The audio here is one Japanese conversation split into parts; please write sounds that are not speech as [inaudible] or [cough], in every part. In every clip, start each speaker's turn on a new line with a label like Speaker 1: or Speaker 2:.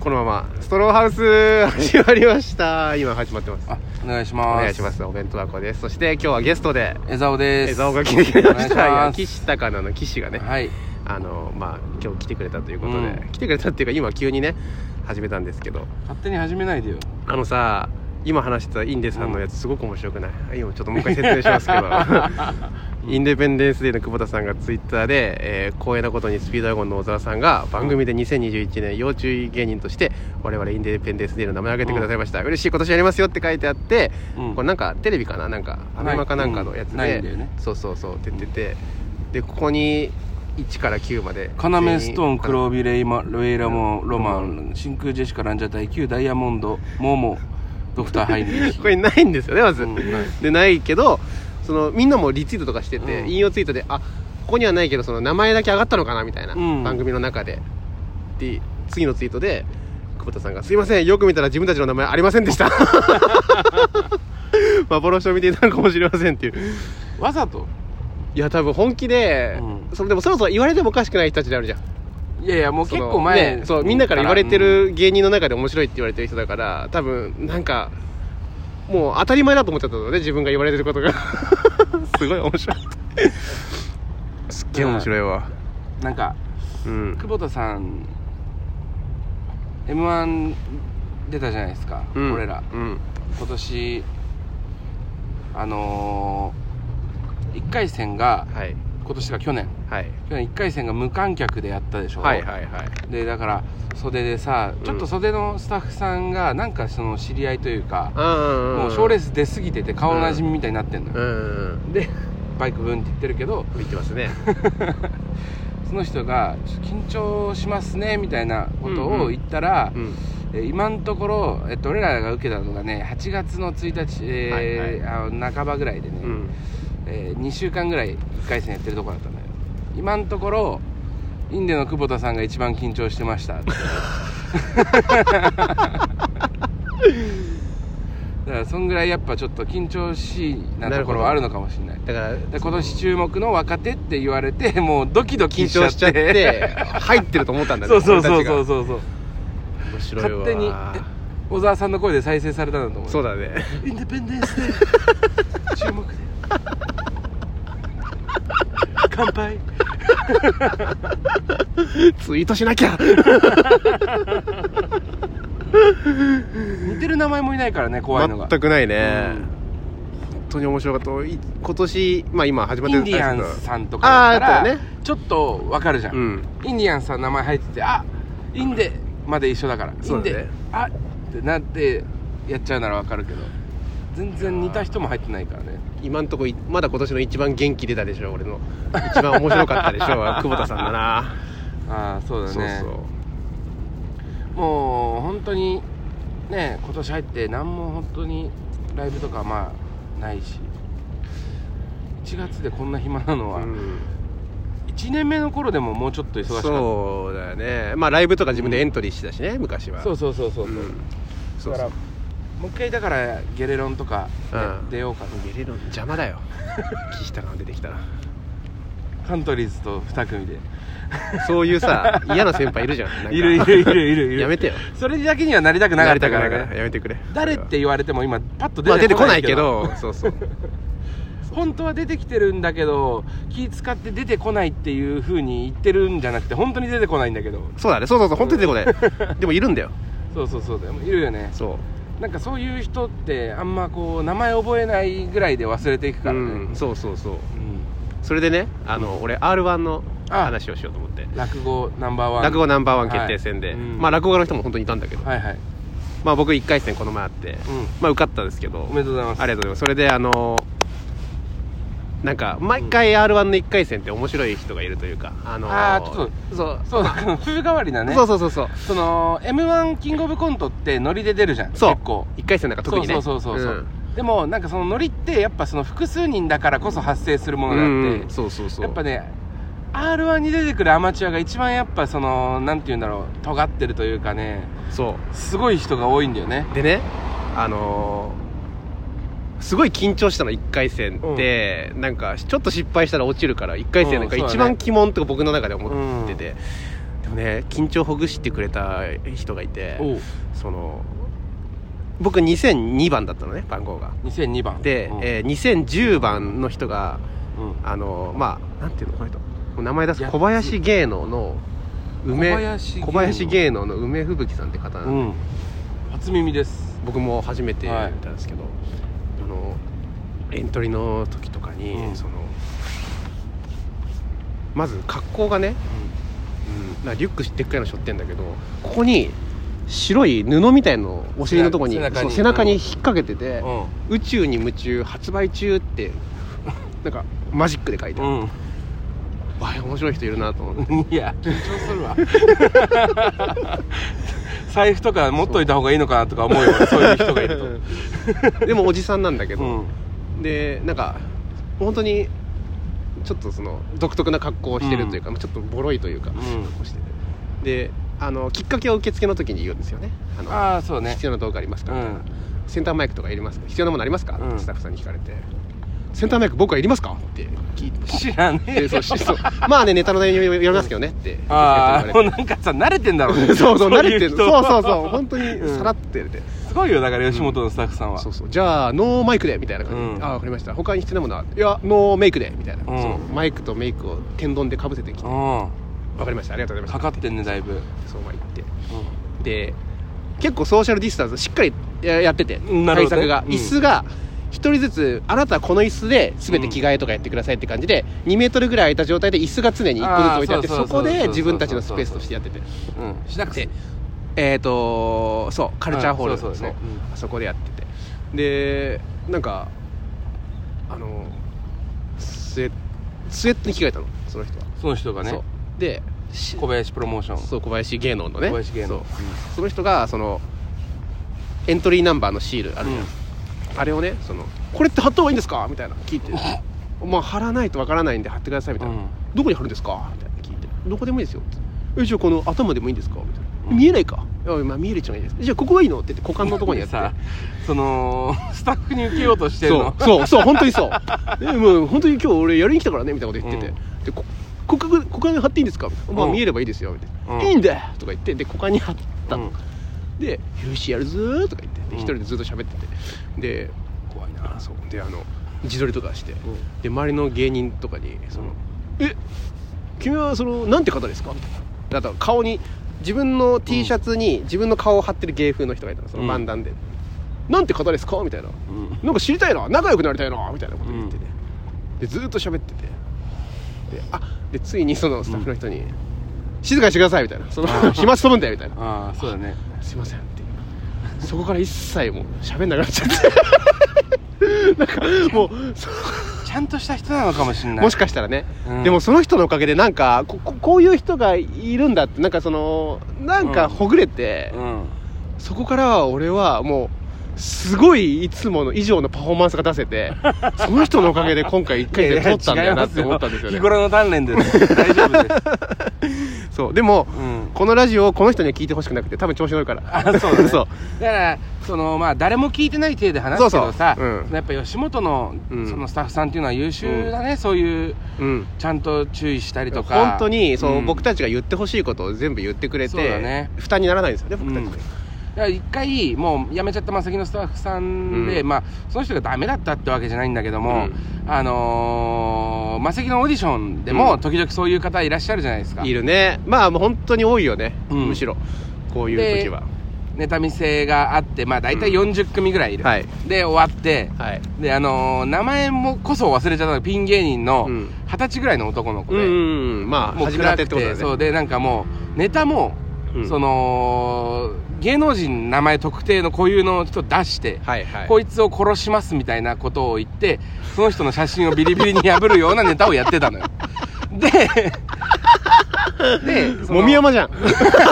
Speaker 1: このままストローハウス始まりました今始まってます
Speaker 2: あお願いし
Speaker 1: お
Speaker 2: ます
Speaker 1: 願いしますお弁当箱ですそして今日はゲストで
Speaker 2: 江澤です
Speaker 1: 江沢が来てくれまし
Speaker 2: お
Speaker 1: たい
Speaker 2: 願
Speaker 1: や
Speaker 2: いし
Speaker 1: 岸高菜の岸が
Speaker 2: ます
Speaker 1: ね、
Speaker 2: はい
Speaker 1: あのまあ今日来てくれたということで、
Speaker 2: うん
Speaker 1: 来てくれたっていうか今急にね始めたんですけど
Speaker 2: 勝手に始めないでよ
Speaker 1: あのさ今話してたインデさんのやつすごく面白くない、今ちょっともう一回説明します
Speaker 2: [laughs]
Speaker 1: けど [laughs] インデペンデンスデーの久保田さんがツイッターで、えー光栄なことにスピードワゴンの小沢さんが番組で2021年要注意芸人として我々インデペンデンスデーの名前を挙げてくださいました、嬉しい今年やりますよって書いてあって、
Speaker 2: うん
Speaker 1: これなんかテレビかななんかア
Speaker 2: ない
Speaker 1: ベマかなんかのやつ
Speaker 2: うん
Speaker 1: で、
Speaker 2: ないんだよね
Speaker 1: そうそうそうって言っててでここに1から9まで
Speaker 2: 要ストーン黒帯レイマロエラモンロマン真空ジェシカランジャタイ Q ダイヤモンドモモドクターハイニー
Speaker 1: これないんですよねまず、
Speaker 2: うんない
Speaker 1: でないけどそのみんなもリツイートとかしてて、
Speaker 2: うん
Speaker 1: 引用ツイートであここにはないけどその名前だけ上がったのかなみたいな、
Speaker 2: うん
Speaker 1: 番組の中でで次のツイートで久保田さんが「すいませんよく見たら自分たちの名前ありません
Speaker 2: [laughs]
Speaker 1: でした」幻を見ていたのかもしれませんっていう
Speaker 2: わざと
Speaker 1: いや多分本気で、
Speaker 2: う
Speaker 1: それでもそろそろ言われてもおかしくない人たちであるじゃん
Speaker 2: いやいやもう結
Speaker 1: その
Speaker 2: 構前
Speaker 1: ねそうみんなから言われてる芸人の中で面白いって言われてる人だから多分なんかもう当たり前だと思っちゃったのね自分が言われてることが [laughs] すごい面白いすっげえ面白いわ
Speaker 2: うんなんか
Speaker 1: うん
Speaker 2: 久保田さん m 1出たじゃないですか、
Speaker 1: うん
Speaker 2: 俺ら
Speaker 1: うん
Speaker 2: 今年あのー、1回戦が
Speaker 1: はい
Speaker 2: 今年が去年
Speaker 1: はい
Speaker 2: 去年1回戦が無観客でやったでしょ
Speaker 1: はいはいはい
Speaker 2: でだから袖でさちょっと袖のスタッフさんがなんかその知り合いというか、
Speaker 1: うん
Speaker 2: もう賞レース出過ぎてて顔なじみみたいになってんの
Speaker 1: う
Speaker 2: よ、
Speaker 1: ん
Speaker 2: でバイクブンって言ってるけど
Speaker 1: 言ってます [laughs] ね
Speaker 2: その人が「ちょっと緊張しますね」みたいなこと
Speaker 1: うんう
Speaker 2: を
Speaker 1: ん
Speaker 2: 言ったら、
Speaker 1: うん
Speaker 2: えー今のところ、えっと、俺らが受けたのがね8月の1日、えーあの半ばぐらいでね、
Speaker 1: うん
Speaker 2: え2週間ぐらい1回戦やってるとこだったんだよ今のところインデの久保田さんが一番緊張してま
Speaker 1: [laughs]
Speaker 2: したってだからそんぐらいやっぱちょっと緊張しいなところはあるのかもしれない
Speaker 1: だから
Speaker 2: で今年注目の若手って言われてもうドキド
Speaker 1: 緊
Speaker 2: キしちゃ
Speaker 1: 張
Speaker 2: っ
Speaker 1: しちゃってて入ってると思ったん [laughs] だ
Speaker 2: [laughs]
Speaker 1: ね
Speaker 2: そうそうそう
Speaker 1: 俺たち
Speaker 2: そ
Speaker 1: が
Speaker 2: うそうそう
Speaker 1: 面白いわ
Speaker 2: 勝手にえ小沢さんの声で再生されたんだと思う
Speaker 1: そうだね
Speaker 2: インデペンデンスで注
Speaker 1: [laughs]
Speaker 2: 目で乾杯
Speaker 1: ツイートしなきゃ
Speaker 2: 似てる名前もいないからね怖いのが
Speaker 1: 全くないね、
Speaker 2: うん
Speaker 1: 本当に面白かったい今年まあ今始まっ
Speaker 2: イ
Speaker 1: てる
Speaker 2: ン
Speaker 1: ん
Speaker 2: ディ
Speaker 1: です
Speaker 2: ア
Speaker 1: けど
Speaker 2: ンスさんとかだった
Speaker 1: あーあった
Speaker 2: ら
Speaker 1: よね
Speaker 2: ちょっとわかるじゃん、
Speaker 1: うん
Speaker 2: インディアンスさんの名前入っててあインデまで一緒だからイ
Speaker 1: そ
Speaker 2: ン
Speaker 1: うだね
Speaker 2: デあってなってやっちゃうならわかるけど全然似た人も入ってないからね
Speaker 1: 今んとこいまだ今年の一番元気出たでしょ俺
Speaker 2: [laughs]
Speaker 1: の一番面白かったでしょ久保田さんだな、
Speaker 2: ああそうだ
Speaker 1: そう
Speaker 2: ね
Speaker 1: そ
Speaker 2: もう本当にね今年入って何も本当にライブとかまあないし1月でこんな暇なの
Speaker 1: う、
Speaker 2: は、
Speaker 1: うん
Speaker 2: 1年目の頃でももうちょっと忙しかった
Speaker 1: そうだよねまあライブとか自分でエントリーしてたしね、昔は
Speaker 2: そうそうそうそうそう、
Speaker 1: うんそう
Speaker 2: だから
Speaker 1: そう
Speaker 2: もう一回だからゲレロンとか、ね
Speaker 1: うん
Speaker 2: 出ようかな
Speaker 1: ゲレロン邪魔だよ岸田が出てきたら
Speaker 2: カントリーズと2組で
Speaker 1: そうい
Speaker 2: [laughs]
Speaker 1: うさ嫌な先輩いるじゃんなんか
Speaker 2: いるいるいるいるいる
Speaker 1: [laughs] やめてよ
Speaker 2: それだけにはなりたくなかったから
Speaker 1: なりたくないから
Speaker 2: ね
Speaker 1: やめてくれ
Speaker 2: 誰って言われても今パッと
Speaker 1: まあ
Speaker 2: 出て
Speaker 1: 出て
Speaker 2: こ
Speaker 1: こ
Speaker 2: な
Speaker 1: ないい
Speaker 2: け
Speaker 1: け
Speaker 2: ど,、
Speaker 1: どそうそう
Speaker 2: 本当は出てきてるんだけど気使って出てこないっていうふうに言ってるんじゃなくて本当に出てこないんだけど
Speaker 1: そうだねそうそうそう本当に出てこない [laughs] でもいるんだよ
Speaker 2: そうそうそうでもいるよね
Speaker 1: そ
Speaker 2: なんかそういう人ってあんまこう名前覚えないぐらいで忘れていく
Speaker 1: う、
Speaker 2: か
Speaker 1: う
Speaker 2: らね、
Speaker 1: ん、そうそうそう
Speaker 2: う
Speaker 1: それでねあの、俺 r 1の
Speaker 2: あ
Speaker 1: 話をしようと思って
Speaker 2: ん落語ナンバーワン
Speaker 1: 落語ナンバーワン決定戦で、
Speaker 2: はいうん
Speaker 1: まあ落語家の人も本当にいたんだけど、
Speaker 2: はいはい
Speaker 1: まあ僕1回戦この前あって、
Speaker 2: うん
Speaker 1: まあ受かったんですけど
Speaker 2: おめでとうございます
Speaker 1: ありがとうございますそれであのなんか毎回 r 1の1回戦って面白い人がいるというかあの
Speaker 2: あーちょっ
Speaker 1: とそう
Speaker 2: そう [laughs] だから風変わりだね
Speaker 1: そうそうそうそう
Speaker 2: その m 1キングオブコントってノリで出るじゃん
Speaker 1: そう
Speaker 2: 結構
Speaker 1: 1回戦なんか特にね
Speaker 2: そうそうそうそうそう、でもなんかそのノリってやっぱその複数人だからこそ発生するも
Speaker 1: う
Speaker 2: の
Speaker 1: ん
Speaker 2: であって、
Speaker 1: うんそうそうそう
Speaker 2: やっぱね r 1に出てくるアマチュアが一番やっぱそのなんて言うんだろう尖ってるというかね
Speaker 1: そう
Speaker 2: すごい人が多いんだよね
Speaker 1: でねあのーすごい緊張したの1回戦って、なんかちょっと失敗したら落ちるから1回戦なんか
Speaker 2: うんそうだね
Speaker 1: 一番鬼門とか僕の中で思ってて、でもね緊張ほぐしてくれた人がいて
Speaker 2: おう
Speaker 1: その僕2002番だったのね番号が
Speaker 2: 2002番
Speaker 1: で、
Speaker 2: うん
Speaker 1: えー2010番の人が
Speaker 2: うん
Speaker 1: あのまあなんていうのこの人もう名前出す
Speaker 2: や
Speaker 1: 小林芸能の梅
Speaker 2: 小林芸能
Speaker 1: 小林芸能の梅吹雪さんって方、
Speaker 2: うん初耳です
Speaker 1: 僕も初めて見
Speaker 2: はい
Speaker 1: たんですけど、あのエントリーの時とかに、
Speaker 2: うん
Speaker 1: そのまず格好がね、うん、リュックでっかいの背負ってんだけどここに白い布みたいのお尻のとこに
Speaker 2: 背
Speaker 1: そう背
Speaker 2: 中
Speaker 1: 中
Speaker 2: に
Speaker 1: に引っ掛けてて
Speaker 2: うん
Speaker 1: 「宇宙に夢中発売
Speaker 2: [laughs]
Speaker 1: 中」ってなんかマジックで書いてある、
Speaker 2: うん
Speaker 1: わあ面白い人いるなと思って
Speaker 2: いや緊張するわ財布とか持っといた方がいいのかなとか思うよそういう人がいると [laughs]
Speaker 1: でもおじさんなんだけ
Speaker 2: う
Speaker 1: ど、
Speaker 2: ん
Speaker 1: でなんか本当にちょっとその独特な格好をしてるというか、ちょっとボロいというか、
Speaker 2: ん
Speaker 1: 格好しててであのきっかけを受付の時に言うんですよねあの
Speaker 2: ああそうね
Speaker 1: 必要な道具あります
Speaker 2: う
Speaker 1: か、
Speaker 2: ん
Speaker 1: センターマイクとかいりますか必要なものありますか、
Speaker 2: うん
Speaker 1: スタッフさんに聞かれてセンターマイク僕はいりますかって聞いて
Speaker 2: 知らねえ
Speaker 1: でそうしそうまあねネタの内容によりますけどねって
Speaker 2: ああ
Speaker 1: 言
Speaker 2: もう
Speaker 1: われて
Speaker 2: なんかさ慣れてんだろ [laughs] ね
Speaker 1: [laughs] そうそう慣れて
Speaker 2: い
Speaker 1: る
Speaker 2: 人
Speaker 1: そうそうそう本当に
Speaker 2: うん
Speaker 1: さらってて、
Speaker 2: すごいよだから吉本のスタッフさんは
Speaker 1: そうそうじゃあノーマイクでみたいな感じで、
Speaker 2: うん
Speaker 1: ああ分かりました他に必要なものはいやノーメイクでみたいな、
Speaker 2: うん
Speaker 1: そのマイクとメイクを天丼でかぶせてきて分
Speaker 2: う
Speaker 1: かりましたありがとうご
Speaker 2: ん
Speaker 1: ざい
Speaker 2: か
Speaker 1: まし
Speaker 2: かってんねだいぶ
Speaker 1: たそうまあ言ってで結構ソーシャルディスタンスしっかりややってて
Speaker 2: なる
Speaker 1: 対
Speaker 2: ほどね
Speaker 1: 策が、
Speaker 2: うん
Speaker 1: 椅子が一人ずつあなたはこの椅子で全て着替えとかやってくださいって感じで、2メートルぐらい空いた状態で椅子が常に1個ずつ置いてあって
Speaker 2: あーそ
Speaker 1: そう
Speaker 2: そうそう
Speaker 1: こ
Speaker 2: そうそうそう
Speaker 1: で自分たちのスペースとしてやってて
Speaker 2: うんうんしなくて
Speaker 1: でえっ、とそうカルチャーホール、
Speaker 2: うんそうそうね
Speaker 1: そうあそこでやっててでなんかあのスウェスウェットに着替えたのその人は、
Speaker 2: その人が
Speaker 1: そ
Speaker 2: ね
Speaker 1: うでし
Speaker 2: 小林プロモーション
Speaker 1: そう小林芸能のね
Speaker 2: 小林芸
Speaker 1: そ
Speaker 2: 能
Speaker 1: うその人がそのエントリーナンバーのシールあ
Speaker 2: う
Speaker 1: る
Speaker 2: ん
Speaker 1: じゃん、あれをねその「これって貼った方がいいんですか?」みたいな聞
Speaker 2: [laughs]
Speaker 1: いて「まあ貼らないとわからないんで貼ってください」みたいな、
Speaker 2: うん
Speaker 1: どこに貼るんですか?」みたいな聞いて「どこでもいいですよ」って「えじゃあこの頭でもいいんですか?」みたいな「
Speaker 2: うん
Speaker 1: 見えないか?」いや「まあ見えるっちゃないいです」「じゃあここがいいの?」って言って股間のとこにや
Speaker 2: [laughs]
Speaker 1: っ
Speaker 2: さ
Speaker 1: て。
Speaker 2: そのスタッフに受けようとしてる
Speaker 1: そ
Speaker 2: の
Speaker 1: うそうそう本当にそう
Speaker 2: [laughs]
Speaker 1: えもう本当に今日俺やりに来たからねみたいなこと言って
Speaker 2: う
Speaker 1: て、
Speaker 2: ん
Speaker 1: でこ股間股間に貼っていいんですかみたいな、
Speaker 2: う
Speaker 1: ま
Speaker 2: ん
Speaker 1: あ、見えればいいですよみたいな、
Speaker 2: うん
Speaker 1: いいんだよとか言ってで股間に貼っ
Speaker 2: う
Speaker 1: たの、
Speaker 2: ん
Speaker 1: で「よしやるぞ」とか言ってで
Speaker 2: うん
Speaker 1: 一人でずっと喋っててで
Speaker 2: 怖いな
Speaker 1: そうであの自撮りとかしてで周りの芸人とかに「そのえ君はそのなんて方ですか?」みたいなだから顔に自分の T シャツに自分の顔を貼ってる芸風の人がいたのそのバンダンで「なんて方ですか?」みたいな
Speaker 2: うん
Speaker 1: なんか知りたいな仲良くなりたいなみたいなこと言ってて、でずーっと喋っててであでついにそのスタッフの人に「静かにしてください」みたいな「その [laughs] 暇つぶんだよ」みたいな
Speaker 2: ああそうだね
Speaker 1: 「すいません」ってそこから一切もう喋んなくなっちゃ
Speaker 2: [laughs]
Speaker 1: ってなんかもうそ
Speaker 2: ちゃんとした人なのかもしれない
Speaker 1: もしかしたらね、
Speaker 2: うん
Speaker 1: でもその人のおかげでなんかこここういう人がいるんだってなんかそのなん
Speaker 2: う
Speaker 1: か
Speaker 2: ん
Speaker 1: ほぐれて、
Speaker 2: うん
Speaker 1: そこからは俺はもうすごいいつもの以上のパフォーマンスが出
Speaker 2: [laughs]
Speaker 1: せてその人のおかげで今回1回で通ったんだよなって思ったんですよ
Speaker 2: いやいや違います日頃の
Speaker 1: ね
Speaker 2: 鍛錬
Speaker 1: [laughs]
Speaker 2: です大丈夫です
Speaker 1: そうでも
Speaker 2: うん
Speaker 1: このラジオをこの人には聞いてほしくなくて多分調子乗るから
Speaker 2: あそうだね
Speaker 1: [laughs] そう
Speaker 2: だからそのまあ誰も聞いてない体で話すけどさ
Speaker 1: そうそううん
Speaker 2: やっぱ吉本の
Speaker 1: うん
Speaker 2: そのスタッフさんっていうのは優秀だね、そういう
Speaker 1: うん
Speaker 2: ちゃんと注意したりとか
Speaker 1: 本当にそう、僕
Speaker 2: たち
Speaker 1: たちが言ってほしいことを全部言ってくれて、
Speaker 2: そうだね
Speaker 1: 負担にならないんですよね僕たちが、
Speaker 2: うん一回もう辞めちゃったマセキのスタッフさんで、
Speaker 1: うん
Speaker 2: まあその人がダメだったってわけじゃないんだけども、
Speaker 1: うん
Speaker 2: あのー、マセキのオーディションでも
Speaker 1: うん
Speaker 2: 時々そういう方いらっしゃるじゃないですか、
Speaker 1: いるねまあもう本当に多いよね、
Speaker 2: うん
Speaker 1: むしろこういう時は
Speaker 2: ネタ見せがあってまあ大体40組ぐらいいる、
Speaker 1: はい
Speaker 2: で終わって
Speaker 1: はい
Speaker 2: であのー名前もこそ忘れちゃったのピン芸人の
Speaker 1: うん
Speaker 2: 二十歳ぐらいの男の子
Speaker 1: うん
Speaker 2: で、
Speaker 1: うんうんまあ
Speaker 2: もう
Speaker 1: 始めた
Speaker 2: 暗
Speaker 1: てっ
Speaker 2: く
Speaker 1: てことだ
Speaker 2: て
Speaker 1: ね
Speaker 2: そうでなんかもうネタも、
Speaker 1: うん
Speaker 2: その芸能人の名前特定の固有の人出して、
Speaker 1: はいはい
Speaker 2: こいつを殺しますみたいなことを言ってその人の写真をビリビリに破るようなネタをやってた
Speaker 1: [laughs]
Speaker 2: のよででその
Speaker 1: もみ山
Speaker 2: [laughs]
Speaker 1: じゃんごめんなさ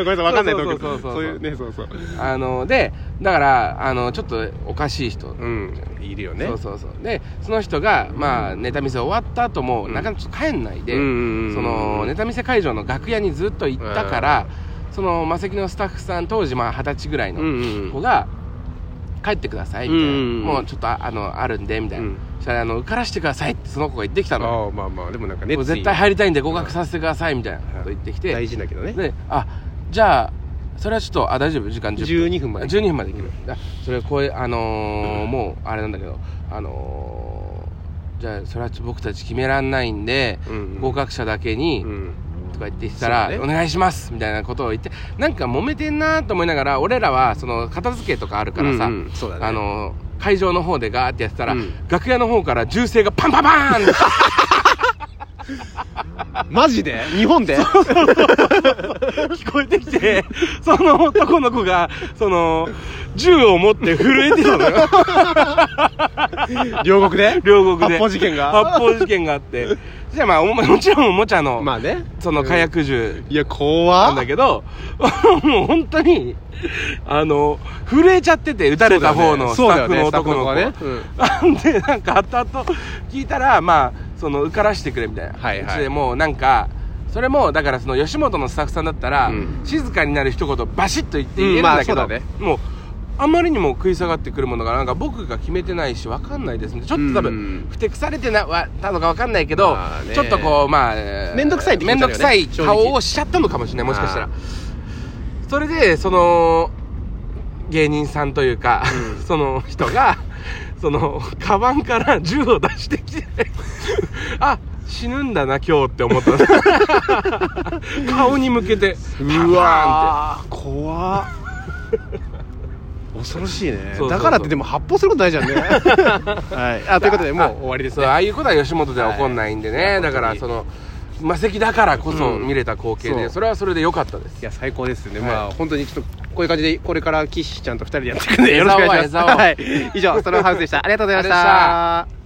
Speaker 1: いわかんないと思うけ
Speaker 2: そうそうそうそ
Speaker 1: ど
Speaker 2: う
Speaker 1: そういうねそうそう
Speaker 2: あのでだからあのちょっとおかしい人、
Speaker 1: うんいるよね
Speaker 2: そうそうそうでその人が、まあ、ネタ見せ終わった後も、なかなかちょっと帰んないで、
Speaker 1: うんうんうん
Speaker 2: そのネタ見せ会場の楽屋にずっと行ったから、そのマセキのスタッフさん当時まあ二十歳ぐらい
Speaker 1: うん
Speaker 2: の
Speaker 1: うん
Speaker 2: 子が、帰ってくださいみたいな、
Speaker 1: うんうんうん
Speaker 2: もうちょっとああのあるんでみたいな、
Speaker 1: うん
Speaker 2: そしたらあの受からしてくださいってその子が言ってきたの
Speaker 1: ああまあまあでもなんかね
Speaker 2: もう絶対入りたいんで合格させてくださいみたいなこと言ってきて、
Speaker 1: 大事だけどね
Speaker 2: であじゃあそれはちょっとあ大丈夫時間10分
Speaker 1: 12分まで
Speaker 2: 12分までいける、あそれはこうあのー
Speaker 1: うん
Speaker 2: もうあれなんだけどあのーじゃあそれはちょっと僕たち決めらんないんで、
Speaker 1: うんうん
Speaker 2: 合格者だけに、
Speaker 1: うん
Speaker 2: とか言ってきたら、
Speaker 1: そう
Speaker 2: お
Speaker 1: ね
Speaker 2: 願いしますみたいなことを言ってなんか揉めてんなと思いながら俺らはその片付けとかあるからさ、
Speaker 1: うんうんそうだね
Speaker 2: あの会場の方でガーってやってたら、
Speaker 1: うん
Speaker 2: 楽屋の方から銃声がパンパンパーンって [laughs]
Speaker 1: マジで日本で
Speaker 2: 聞こえてきて、その男の子が、その、銃を持って震えてたのよ。
Speaker 1: 両国で
Speaker 2: [laughs] 両国で。
Speaker 1: 発砲事件が
Speaker 2: 発砲事件があって。じゃあまあ、おも [laughs] もちろんおもちゃの、
Speaker 1: まあね
Speaker 2: その火薬銃
Speaker 1: いや怖
Speaker 2: な
Speaker 1: っ
Speaker 2: んだけど、 [laughs] もう本当に、あの、震えちゃってて、撃たれた方のスタ
Speaker 1: そうだ
Speaker 2: ッ
Speaker 1: よ
Speaker 2: フ
Speaker 1: ね
Speaker 2: の男の子
Speaker 1: そうだよねスタッフの子
Speaker 2: なんで、なんか後々聞いたら、まあ、その、受からしてくれみたいな。
Speaker 1: はいはいう
Speaker 2: ちでもうなんか、それも、だからその吉本のスタッフさんだったら、
Speaker 1: うん
Speaker 2: 静かになる一言バシッと言って言えるんだけど、
Speaker 1: うんまあそうだね
Speaker 2: もう、あまりにも食い下がってくるものが、なんか僕が決めてないし、わかんないですね。ちょっと多
Speaker 1: うん
Speaker 2: 分、ふてくされてな、わ、たのかわかんないけど、
Speaker 1: まあね
Speaker 2: ちょっとこう、まあ、えー
Speaker 1: めんどくさいって気
Speaker 2: め
Speaker 1: 持
Speaker 2: ん
Speaker 1: ち
Speaker 2: ど
Speaker 1: ある
Speaker 2: く
Speaker 1: よね
Speaker 2: さい顔
Speaker 1: 正直
Speaker 2: をしちゃったのかもしれない、もしかした
Speaker 1: あ
Speaker 2: ら
Speaker 1: ー。
Speaker 2: それでその芸人さんというか、その人がそのカバンから銃を出してきてあ死ぬんだな今日って思ったの顔に向けて
Speaker 1: うわー怖っ恐ろしい [laughs] ね
Speaker 2: そうそうそう
Speaker 1: だからってでも発砲することない [laughs] じゃんねはい [laughs] あということでもう終わりです
Speaker 2: そう
Speaker 1: ね
Speaker 2: ああいうことは吉本では起こんないんでね、
Speaker 1: はい
Speaker 2: だからその魔石だからこそ見れた光景で、
Speaker 1: うん
Speaker 2: それはそれで良かったです
Speaker 1: いや最高ですね、
Speaker 2: はい
Speaker 1: まあ本当にちょっとこういう感じでこれから [laughs] 岸ちゃんと二人でやっていくんでよろしくお願いし
Speaker 2: 江
Speaker 1: ま
Speaker 2: 沢
Speaker 1: す
Speaker 2: は
Speaker 1: はい以上ストローハウスでしたありがとうございま
Speaker 2: あ
Speaker 1: し
Speaker 2: りがとうございました